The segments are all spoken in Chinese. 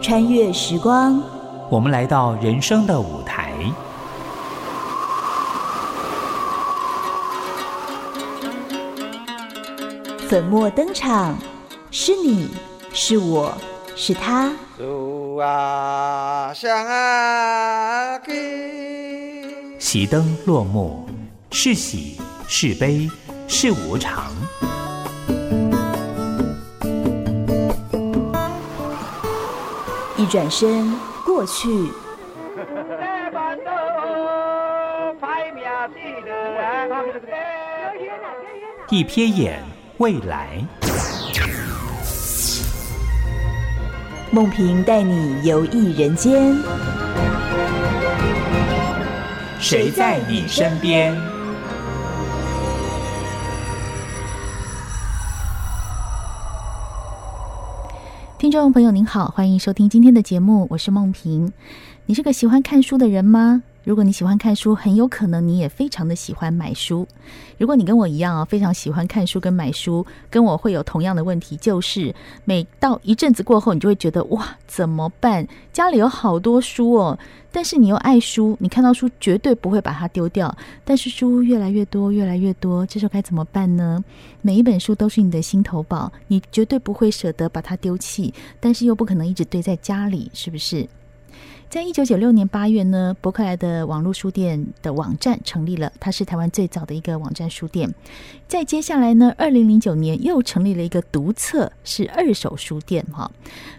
穿越时光，我们来到人生的舞台。粉墨登场，是你，是我，是他。树啊，香啊，给喜灯落幕，是喜是悲是无常。一转身，过去在板头拍面戏的。一瞥眼，未来。梦萍带你游艺人间，谁在你身边？听众朋友您好，欢迎收听今天的节目，我是梦萍。你是个喜欢看书的人吗？如果你喜欢看书，很有可能你也非常的喜欢买书。如果你跟我一样啊，非常喜欢看书跟买书，跟我会有同样的问题，就是每到一阵子过后，你就会觉得哇，怎么办？家里有好多书哦，但是你又爱书，你看到书绝对不会把它丢掉，但是书越来越多，越来越多，这时候该怎么办呢？每一本书都是你的心头宝，你绝对不会舍得把它丢弃，但是又不可能一直堆在家里，是不是？在一九九六年八月呢，伯克莱的网络书店的网站成立了，它是台湾最早的一个网站书店。再接下来呢，二零零九年又成立了一个独册，是二手书店哈。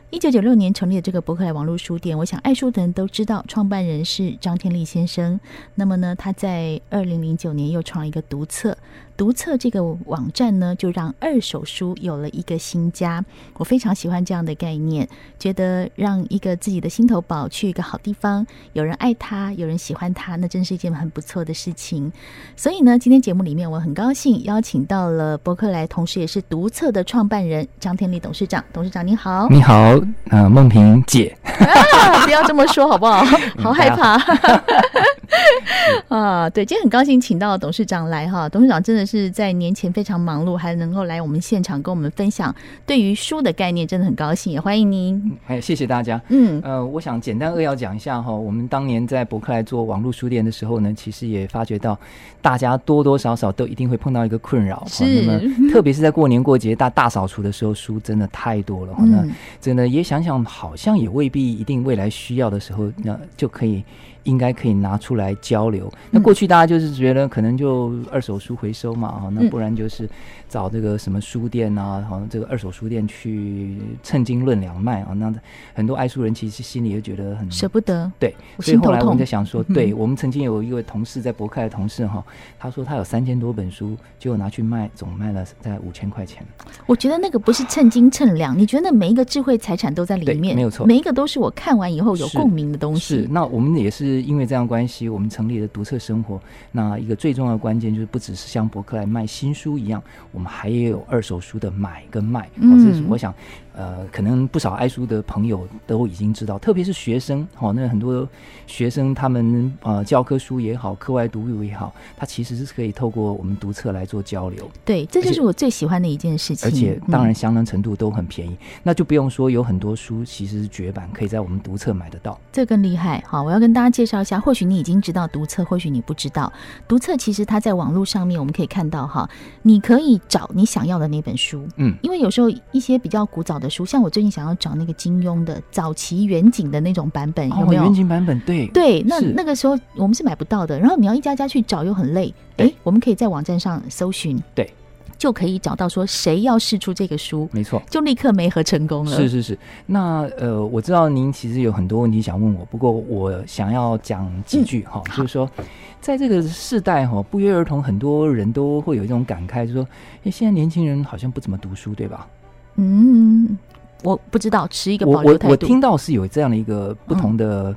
一九九六年成立的这个伯克莱网络书店，我想爱书的人都知道，创办人是张天立先生。那么呢，他在二零零九年又创了一个独册，独册这个网站呢，就让二手书有了一个新家。我非常喜欢这样的概念，觉得让一个自己的心头宝去一个好地方，有人爱它，有人喜欢它，那真是一件很不错的事情。所以呢，今天节目里面我很高兴邀请到了伯克莱，同时也是独册的创办人张天立董事长。董事长您好。你好，呃，梦萍姐， 啊不要这么说好不好？嗯好害怕 啊！对，今天很高兴请到董事长来哈，董事长真的是在年前非常忙碌，还能够来我们现场跟我们分享对于书的概念，真的很高兴，也欢迎您。哎，谢谢大家。嗯呃，我想简单扼要讲一下哈，我们当年在伯克莱做网络书店的时候呢，其实也发觉到大家多多少少都一定会碰到一个困扰，哈是那么特别是在过年过节大大扫除的时候，书真的太多了，哈那嗯真的也想想，好像也未必一定未来需要的时候，那就可以。应该可以拿出来交流。嗯那过去大家就是觉得可能就二手书回收嘛，哈、那嗯不然就是找这个什么书店啊，好像这个二手书店去称斤论两卖啊。那很多爱书人其实心里也觉得很舍不得，对，我所以心头后来我痛们在想说，嗯对我们曾经有一位同事在博客来的同事哈，他说他有三千多本书，结果拿去卖，总卖了在五千块钱。我觉得那个不是称斤称两，你觉得每一个智慧财产都在里对面，没有错每一个都是我看完以后有是共鸣的东是西，。那我们也是因为这样的关系，我们成立了独特生活。那一个最重要的关键就是，不只是像博客来卖新书一样，我们还也有二手书的买跟卖。哦，这是嗯我想，呃，可能不少爱书的朋友都已经知道，特别是学生，哦，那很多学生他们呃教科书也好，课外读物也好，它其实是可以透过我们读册来做交流。对，这而就且是我最喜欢的一件事情。而且嗯当然相当程度都很便宜，那就不用说有很多书其实是绝版，可以在我们读册买得到。这更厉害好，我要跟大家介绍一下，或许你已经知道读册，或许你不知道。读册其实它在网络上面我们可以看到哈，你可以找你想要的那本书，嗯因为有时候一些比较古早的书，像我最近想要找那个金庸的早期远景的那种版本，哎有没有？哦、原景版本对对，那是那个时候我们是买不到的，然后你要一家家去找又很累。哎对诶，我们可以在网站上搜寻，对，就可以找到说谁要试出这个书，没错。就立刻媒合成功了。是是是，那呃，我知道您其实有很多问题想问我，不过我想要讲几句嗯哈、就是说，在这个世代哈，不约而同，很多人都会有一种感慨，就是说，诶现在年轻人好像不怎么读书，对吧？嗯，我不知道，持一个我保留我态度。嗯我听到是有这样的一个不同的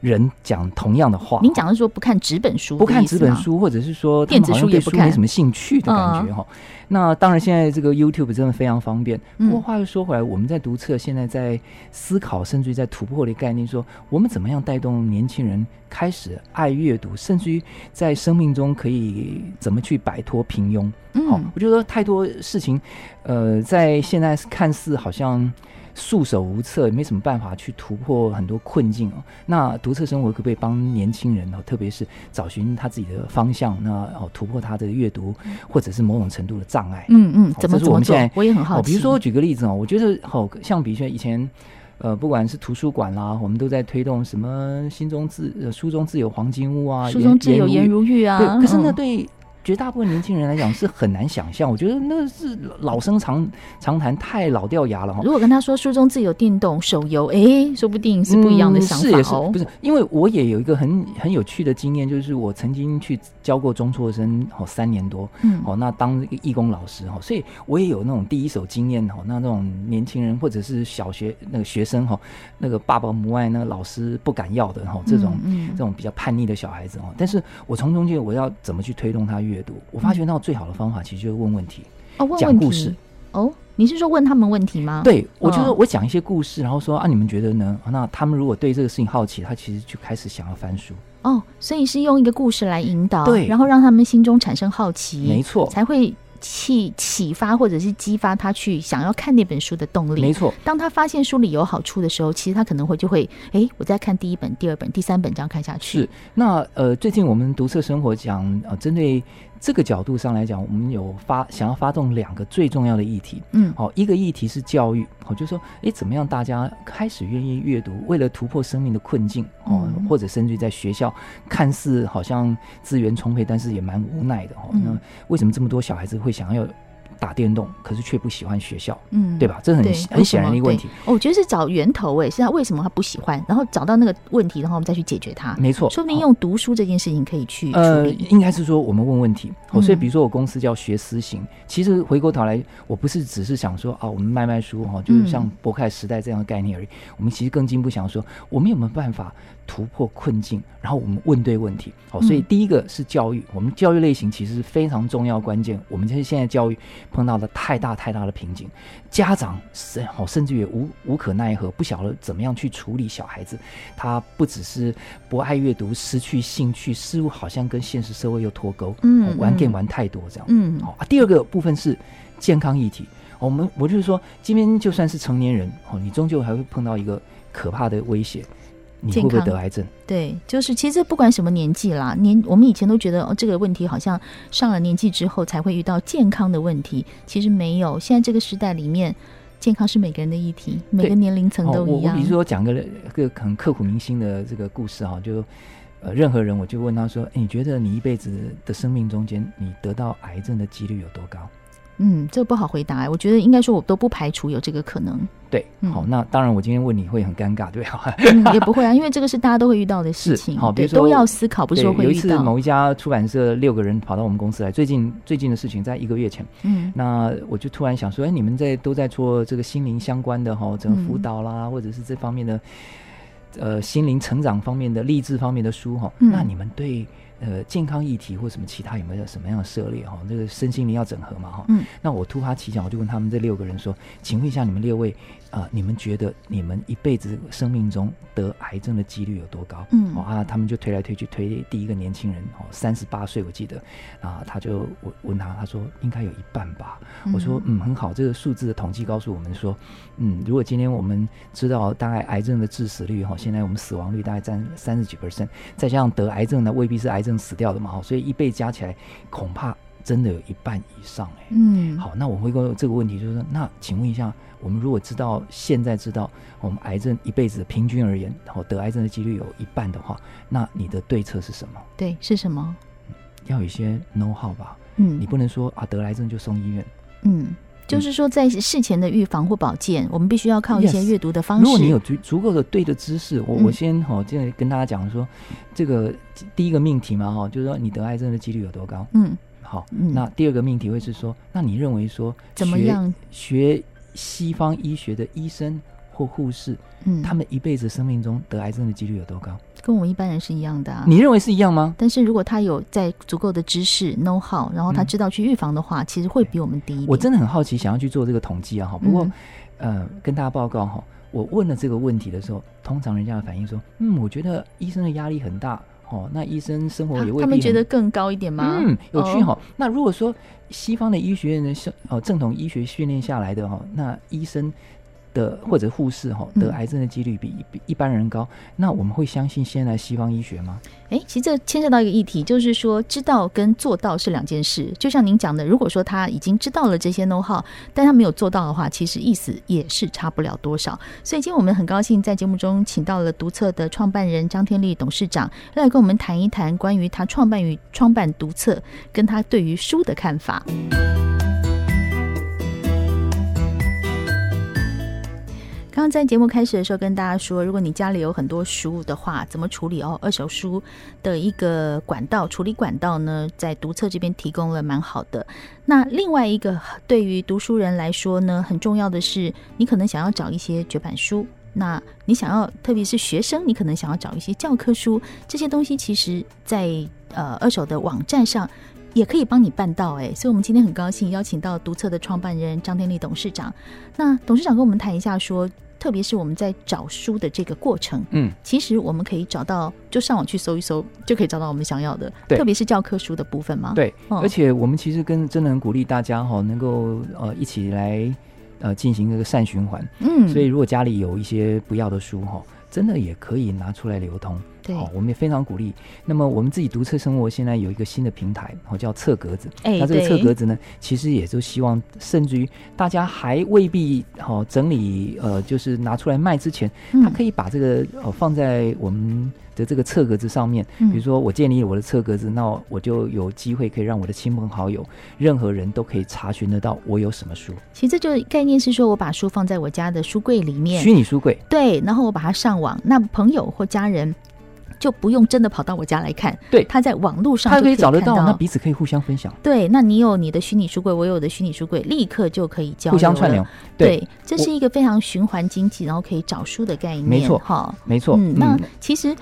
人讲同样的话，您讲的是说不看纸本书，不看纸本，书，或者是说他电们子好像书也对不书看嗯没什么兴趣的感觉哈、那当然，现在这个 YouTube 真的非常方便。嗯不过话又说回来，我们在读册，现在在思考，甚至于在突破的概念说我们怎么样带动年轻人开始爱阅读，甚至于在生命中可以怎么去摆脱平庸。好、嗯，我觉得太多事情，呃，在现在看似好像束手无策，也没什么办法去突破很多困境哦。那独特生活可不可以帮年轻人哦，特别是找寻他自己的方向，那哦突破他的阅读或者是某种程度的障碍？嗯嗯，好怎么怎这是我么们做现在？我也很好哦，奇。比如说，举个例子哦，我觉得好、像比如说以前，呃，不管是图书馆啦，我们都在推动什么新中自呃书中自有黄金屋啊，书言中自有言颜如玉啊，对，可是那嗯对绝大部分年轻人来讲是很难想象，我觉得那是老生常常谈，太老掉牙了哈。如果跟他说书中自有电动手游，诶，说不定是不一样的想嗯、是法也是哦。不是？因为我也有一个很很有趣的经验，就是我曾经去教过中辍生哦三年多，嗯哦那当一个义工老师哈、哦，所以我也有那种第一手经验哦。那那种年轻人或者是小学那个学生哈、哦，那个爸爸母爱那个老师不敢要的哈、哦，这种、嗯嗯这种比较叛逆的小孩子哦。但是我从中间我要怎么去推动他阅读？我发嗯觉到最好的方法其实就是问问题。哦，问讲问故题事哦，你是说问他们问题吗？，对，我就嗯是我讲一些故事，然后说啊，你们觉得呢？那他们如果对这个事情好奇，他其实就开始想要翻书。哦，所以是用一个故事来引导，对然后让他们心中产生好奇，没错才会启启发或者是激发他去想要看那本书的动力。没错，当他发现书里有好处的时候，其实他可能会就会，诶，我再看第一本、第二本、第三本这样看下去。是那呃，最近我们读册生活讲呃，针对这个角度上来讲，我们有发想要发动两个最重要的议题。嗯，好、一个议题是教育，好、就是说，诶，怎么样大家开始愿意阅读？为了突破生命的困境，哦，嗯或者甚至于在学校看似好像资源充沛，但是也蛮无奈的哦。嗯那为什么这么多小孩子会想要打电动，可是却不喜欢学校？嗯，对吧？这很对，很显然的一个问题为。什么。对哦我觉得是找源头诶，是他为什么他不喜欢，然后找到那个问题，然后我们再去解决它。没错，说不定好用读书这件事情可以去处嗯哦呃，理。应该是说我们问问题。哦，所以嗯比如说我公司叫学思行，其实回过头来，我不是只是想说啊，我们卖卖书哈、哦，就是像嗯博凯时代这样的概念而已。我们其实更进一步想说，我们有没有办法突破困境，然后我们问对问题。好、所以嗯第一个是教育，我们教育类型其实是非常重要关键。我们就是现在教育碰到了太大太大的瓶颈，家长甚好甚至也无无可奈何，不晓得怎么样去处理小孩子。他不只是不爱阅读，失去兴趣，似乎好像跟现实社会又脱钩。嗯哦玩嗯 game 玩太多这样。嗯好、啊，第二个部分是健康议题。哦我们我就是说，今天就算是成年人，哦，你终究还会碰到一个可怕的威胁，你会健不会康得癌症？对，就是其实不管什么年纪啦，年我们以前都觉得哦，这个问题好像上了年纪之后才会遇到健康的问题，其实没有。现在这个时代里面，健康是每个人的议题，每个年龄层哦，都我一我样。比如说讲个个很刻骨铭心的这个故事哈、就呃任何人我就问他说，哎，你觉得你一辈子的生命中间，你得到癌症的几率有多高？嗯，这不好回答、我觉得应该说，我都不排除有这个可能， 对，嗯好、那当然我今天问你会很尴尬，对吧？嗯、也不会啊，因为这个是大家都会遇到的事是情，好比对，如说都要思 考，不是对说会有一遇次到。某一家出版社六个人跑到我们公司来，最近最近的事情在一个月前，嗯那我就突然想说，哎，你们在都在做这个心灵相关的哈、整个辅嗯导啦，或者是这方面的，呃，心灵成长方面的、励志方面的书哈、嗯那你们对呃健康议题或什么其他有没有什么样的涉猎哈、这个身心灵要整合嘛哈、嗯那我突发奇想，我就问他们这六个人说，请问一下你们六位，啊，你们觉得你们一辈子生命中得癌症的几率有多高？嗯哦啊，他们就推来推去推第一个年轻人哦，三十八岁我记得啊，他就我问他，他说应该有一半吧。我说嗯，很好，这个数字的统计告诉我们说，嗯，如果今天我们知道大概癌症的致死率哈，现在我们死亡率大概占三十几 percent，再加上得癌症呢未必是癌症死掉的嘛，哈，所以一倍加起来恐怕真的有一半以上哎、嗯，好，那我回过这个问题，就是说，那请问一下，我们如果知道现在知道我们癌症一辈子平均而言，然后得癌症的几率有一半的话，那你的对策是什么？对，是什么？要有一些 know how 吧，你嗯不能说啊得癌症就送医院。嗯，就是说在事前的预防或保健，我们必须要靠一些 Yes 阅读的方式。如果你有足足够的对的知识，我、我嗯先哈、哦，现在跟大家讲说，这个第一个命题嘛哈、哦，就是说你得癌症的几率有多高？嗯好，嗯那第二个命题会是说，那你认为说怎么学样学西方医学的医生或护士？嗯，啊他们一辈子生命中得癌症的几率有多高？跟我们一般人是一样的啊。你认为是一样吗？但是如果他有在足够的知识 know how，然后他知道去预防的话，其实会比我们低一点。嗯我真的很好奇，想要去做这个统计啊哈。不过嗯，呃，跟大家报告哈，我问了这个问题的时候，通常人家的反应说，嗯，我觉得医生的压力很大哦，那医生生活啊也未必他们觉很得更高一点吗？嗯，有趣哦哈、那如果说西方的医学院的像哦正统医学训练下来的哈、那医生的或者护士嗯哈得癌症的几率比比一般人高，那我们会相信现在西方医学吗？哎，其实这牵涉到一个议题，就是说知道跟做到是两件事。就像您讲的，如果说他已经知道了这些 know how，但他没有做到的话，其实意思也是差不了多少。所以今天我们很高兴在节目中请到了读册的创办人张天立董事长来跟我们谈一谈关于他创办与创办读册跟他对于书的看法。刚刚在节目开始的时候跟大家说，如果你家里有很多书的话，怎么处理哦？二手书的一个管道处理管道呢，在读册这边提供了蛮好的。那另外一个对于读书人来说呢，很重要的是，你可能想要找一些绝版书。那你想要，特别是学生，你可能想要找一些教科书，这些东西其实在呃二手的网站上也可以帮你办到哎、所以我们今天很高兴邀请到读册的创办人张天立董事长。那董事长跟我们谈一下说，特别是我们在找书的这个过程，嗯，其实我们可以找到，就上网去搜一搜，就可以找到我们想要的，对特别是教科书的部分吗？，对，嗯而且我们其实跟真的很鼓励大家哈，能够呃一起来呃进行这个善循环。嗯，所以如果家里有一些不要的书哈，真的也可以拿出来流通。对，好，我们也非常鼓励。那么我们自己读册生活现在有一个新的平台，好叫册格子。哎那这个对册格子呢，其实也就希望，甚至于大家还未必好、整理，呃，就是拿出来卖之前，嗯它可以把这个呃放在我们的这个册格子上面。嗯比如说我建立了我的册格子，那我就有机会可以让我的亲朋好友、任何人都可以查询得到我有什么书，其实这就是概念是说我把书放在我家的书柜里面虚，拟书柜。对，然后我把它上网，那朋友或家人就不用真的跑到我家来看，对他在网络上他就可可以找得看到，那彼此可以互相分享、对，那你有你的虚拟书柜，我有我的虚拟书柜，立刻就可以交流互相串了联。对，对这我是一个非常循环经济，然后可以找书的概念，没错哈。没错，嗯，那其实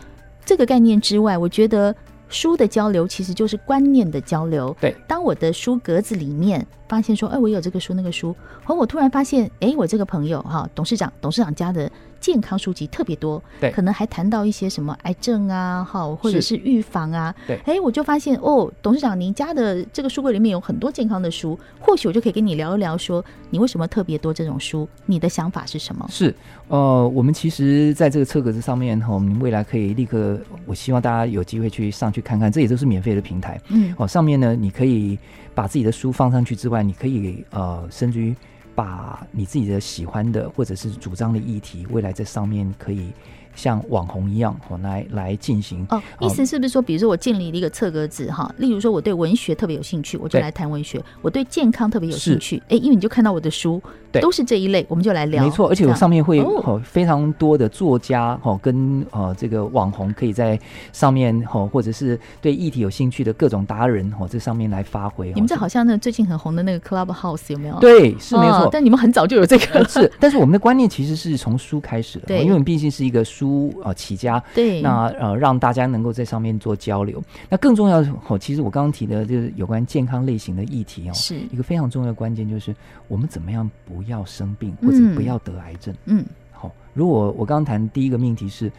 这个概念之外，我觉得书的交流其实就是观念的交流。对，当我的书格子里面发现说，哎，我有这个书那个书，和我突然发现，哎，我这个朋友哈，董事长董事长家的健康书籍特别多，对可能还谈到一些什么癌症啊，哈，或者是预防啊，对哎，我就发现哦，董事长您家的这个书柜里面有很多健康的书，或许我就可以跟你聊一聊说你为什么特别多这种书，你的想法是什么？是，呃，我们其实在这个册格子上面哈，我们未来可以立刻，我希望大家有机会去上去看看，这也都是免费的平台。嗯，哦，上面呢，你可以把自己的书放上去之外，你可以呃，甚至于把你自己的喜欢的或者是主张的议题，未来在上面可以像网红一样哦，来来进行。哦，意思是不是说，比如说我建立了一个册格子哈，例如说我对文学特别有兴趣，我就对来谈文学；我对健康特别有兴是趣，哎，因为你就看到我的书，对都是这一类，我们就来聊。没错，而且这我样上面会有哦哦非常多的作家哦，跟呃这个网红可以在上面哦，或者是对议题有兴趣的各种达人哦，这上面来发挥。你们这哦好像那个最近很红的那个 Clubhouse 有没有？，对是没哦错，但你们很早就有这个 呃，是，但是我们的观念其实是从书开始的，哦对因为我们毕竟是一个书呃起家，对，那呃让大家能够在上面做交流。那更重要的是哦，其实我刚刚提的就是有关健康类型的议题哦，是一个非常重要的关键，就是我们怎么样不要生病或者嗯不要得癌症。嗯，好、如果我刚刚谈第一个命题是，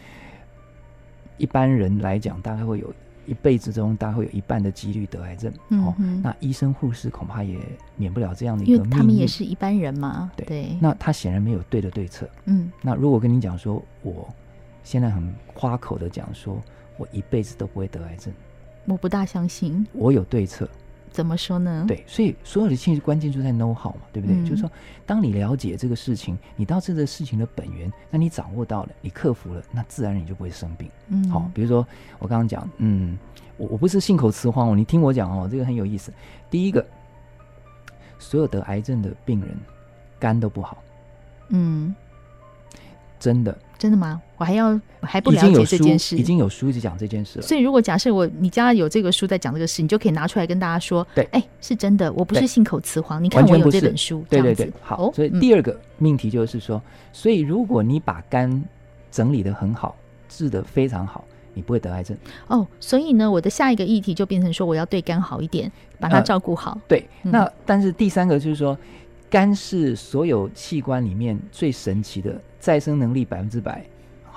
一般人来讲，大概会有一辈子中，大概会有一半的几率得癌症。嗯哦哼，那医生护士恐怕也免不了这样的一因个为命运。他们也是一般人嘛，对对，那他显然没有对的对策。嗯，那如果跟你讲说，我现在很夸口的讲说，我一辈子都不会得癌症，我不大相信，我有对策，怎么说呢？，对，所以所有的其实关键就在 know how 嘛，对不对？嗯就是说，当你了解这个事情，你到这个事情的本源，那你掌握到了，你克服了，那自然你就不会生病。嗯，好、比如说我刚刚讲，嗯，我我不是信口雌黄哦，你听我讲哦，这个很有意思。第一个，所有得癌症的病人肝都不好，嗯，真的，真的吗？我还要我还不已了经有解这书件事，已经有书就讲这件事了。所以，如果假设我你家有这个书在讲这个事，你就可以拿出来跟大家说，对哎，是真的，我不是对信口雌黄，你看完我全有不是这本书，对对这样子，对好。哦所以嗯第二个命题就是说，所以如果你把肝整理的很好，治的非常好，你不会得癌症。哦，所以呢，我的下一个议题就变成说，我要对肝好一点，把它呃照顾好，对，嗯那但是第三个就是说，肝是所有器官里面最神奇的，再生能力百分之百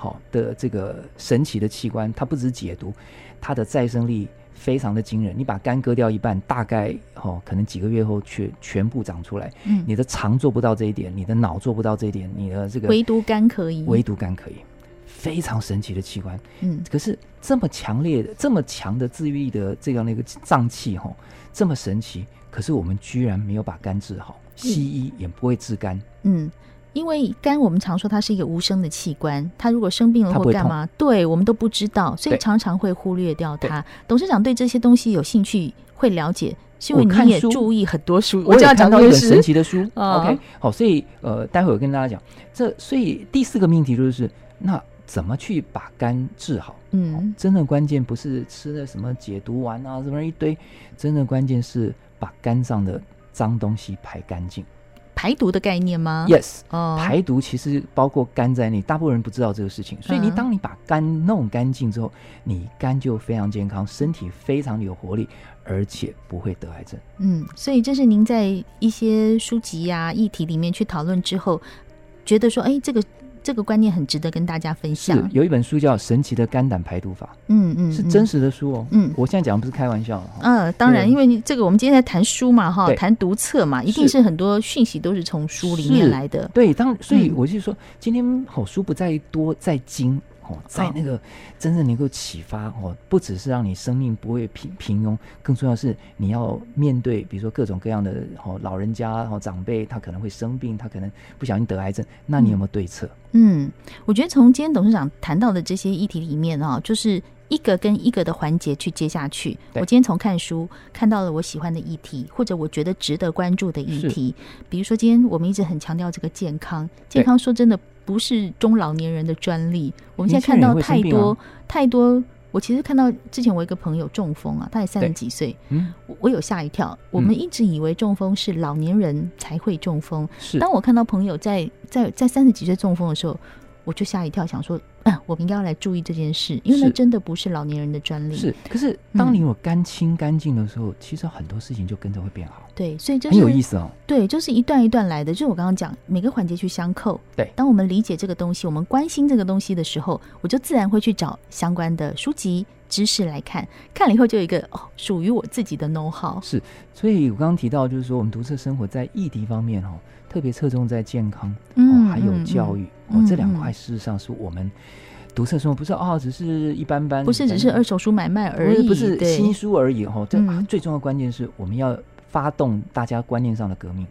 好的这个神奇的器官，它不只是解毒，它的再生力非常的惊人。你把肝割掉一半，大概哦，可能几个月后全全部长出来。嗯你的肠做不到这一点，你的脑做不到这一点，你的这个唯独肝可以，唯独肝可以，非常神奇的器官。嗯可是这么强烈的、这么强的自愈力的这样的一个脏器吼，这么神奇，可是我们居然没有把肝治好，西医也不会治肝，嗯。因为肝，我们常说它是一个无声的器官，它如果生病了它不或会干嘛，对我们都不知道，所以对常常会忽略掉它。董事长对这些东西有兴趣，会了解，是因为我看你也书注意很多书。有嗯就要看讲到到一就本神是，奇的书。啊 OK，好，所以呃，待会儿跟大家讲这，所以第四个命题就是那怎么去把肝治好？嗯真的关键不是吃了什么解毒丸啊，什么一堆，真的关键是把肝脏的脏东西排干净。排毒的概念吗 Yes，哦，排毒其实包括肝在内，大部分人不知道这个事情。所以你嗯当你把肝弄干净之后，你肝就非常健康，身体非常有活力，而且不会得癌症。嗯，所以这是您在一些书籍呀、议题里面去讨论之后，觉得说，哎，这个这个观念很值得跟大家分享是。有一本书叫《神奇的肝胆排毒法嗯嗯，》，是真嗯。实的书哦。嗯我现在讲的不是开玩笑哦。嗯，当然，对因为你这个我们今天在谈书嘛，哈，对谈读册嘛，一定是是很多讯息都是从书里面是来的。对，当所以嗯我就说，今天好书不在多，在精哦，在那个真正能够启发哦，不只是让你生命不会平平庸，更重要的是你要面对，比如说各种各样的哦，老人家哦，长辈他可能会生病，他可能不小心得癌症，那你有没有对策？嗯，我觉得从今天董事长谈到的这些议题里面啊，就是一个跟一个的环节去接下去。我对今天从看书看到了我喜欢的议题，或者我觉得值得关注的议题，比如说今天我们一直很强调这个健康，健康说真的不是中老年人的专利，我们现在看到太年轻人也会多、生啊太多。我其实看到之前我一个朋友中风啊，他也三十对几岁，嗯，我我有吓一跳。我们一直以为中风是老年人才会中风，是当我看到朋友在在在三十几岁中风的时候，我就吓一跳，想说，啊，我们应该要来注意这件事，因为那是真的不是老年人的专利。，是。可是当你嗯有肝清干净的时候，其实很多事情就跟着会变好，对，所以这是很有意思哦。对，就是一段一段来的，就是我刚刚讲每个环节去相扣。对当我们理解这个东西，我们关心这个东西的时候，我就自然会去找相关的书籍知识来看，看了以后就有一个哦，属于我自己的 know how。所以我刚刚提到，就是说我们读册生活在异地方面哦，特别侧重在健康。哦，还有教育，嗯哦，这两嗯块事实上是我们读册生活不是哦，只是一般般，不是只是二手书买卖不而是已，不是对新书而已哦，这、嗯最重要的关键是我们要发动大家观念上的革命，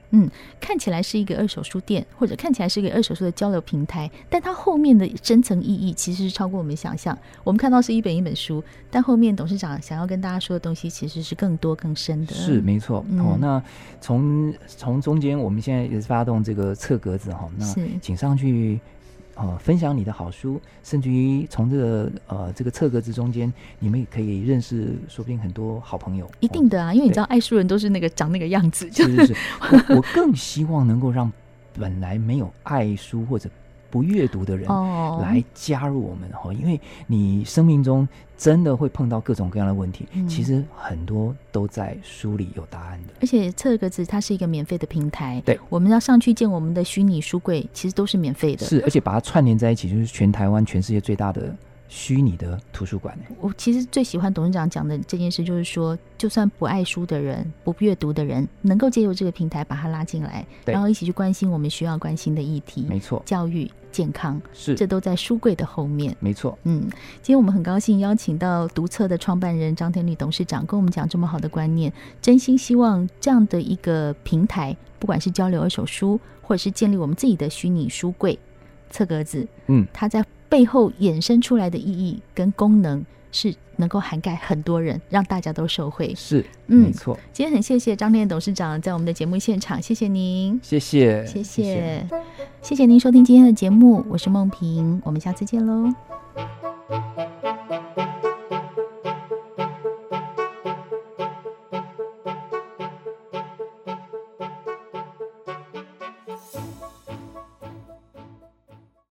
看起来是一个二手书店，或者看起来是一个二手书的交流平台，但它后面的深层意义其实是超过我们想象。我们看到是一本一本书，但后面董事长想要跟大家说的东西其实是更多更深的。是，没错、哦嗯。那从从中间我们现在也是发动这个册格子哈、哦，那是请上去。呃，分享你的好书，甚至于从这个呃这个册格子中间，你们也可以认识，说不定很多好朋友。一哦定的啊，因为你知道爱书人都是那个长那个样子，就是 是是，我我更希望能够让本来没有爱书或者不阅读的人哦，来加入我们哦，因为你生命中真的会碰到各种各样的问题，嗯其实很多都在书里有答案的。而且这个字它是一个免费的平台，对，我们要上去见我们的虚拟书柜，其实都是免费的。是，而且把它串联在一起，就是全台湾、全世界最大的虚拟的图书馆。我其实最喜欢董事长讲的这件事，就是说，就算不爱书的人、不阅读的人，能够借由这个平台把他拉进来，对然后一起去关心我们需要关心的议题，没错，教育、健康，是这都在书柜的后面。没错。嗯，今天我们很高兴邀请到读册的创办人张天律董事长跟我们讲这么好的观念，真心希望这样的一个平台，不管是交流二手书，或者是建立我们自己的虚拟书柜、册格子，嗯，它在背后衍生出来的意义跟功能是能够涵盖很多人，让大家都受惠。是，嗯没错。今天很谢谢张天律董事长在我们的节目现场，谢谢您，谢谢，谢谢，谢谢您收听今天的节目，我是梦萍，我们下次见喽。啊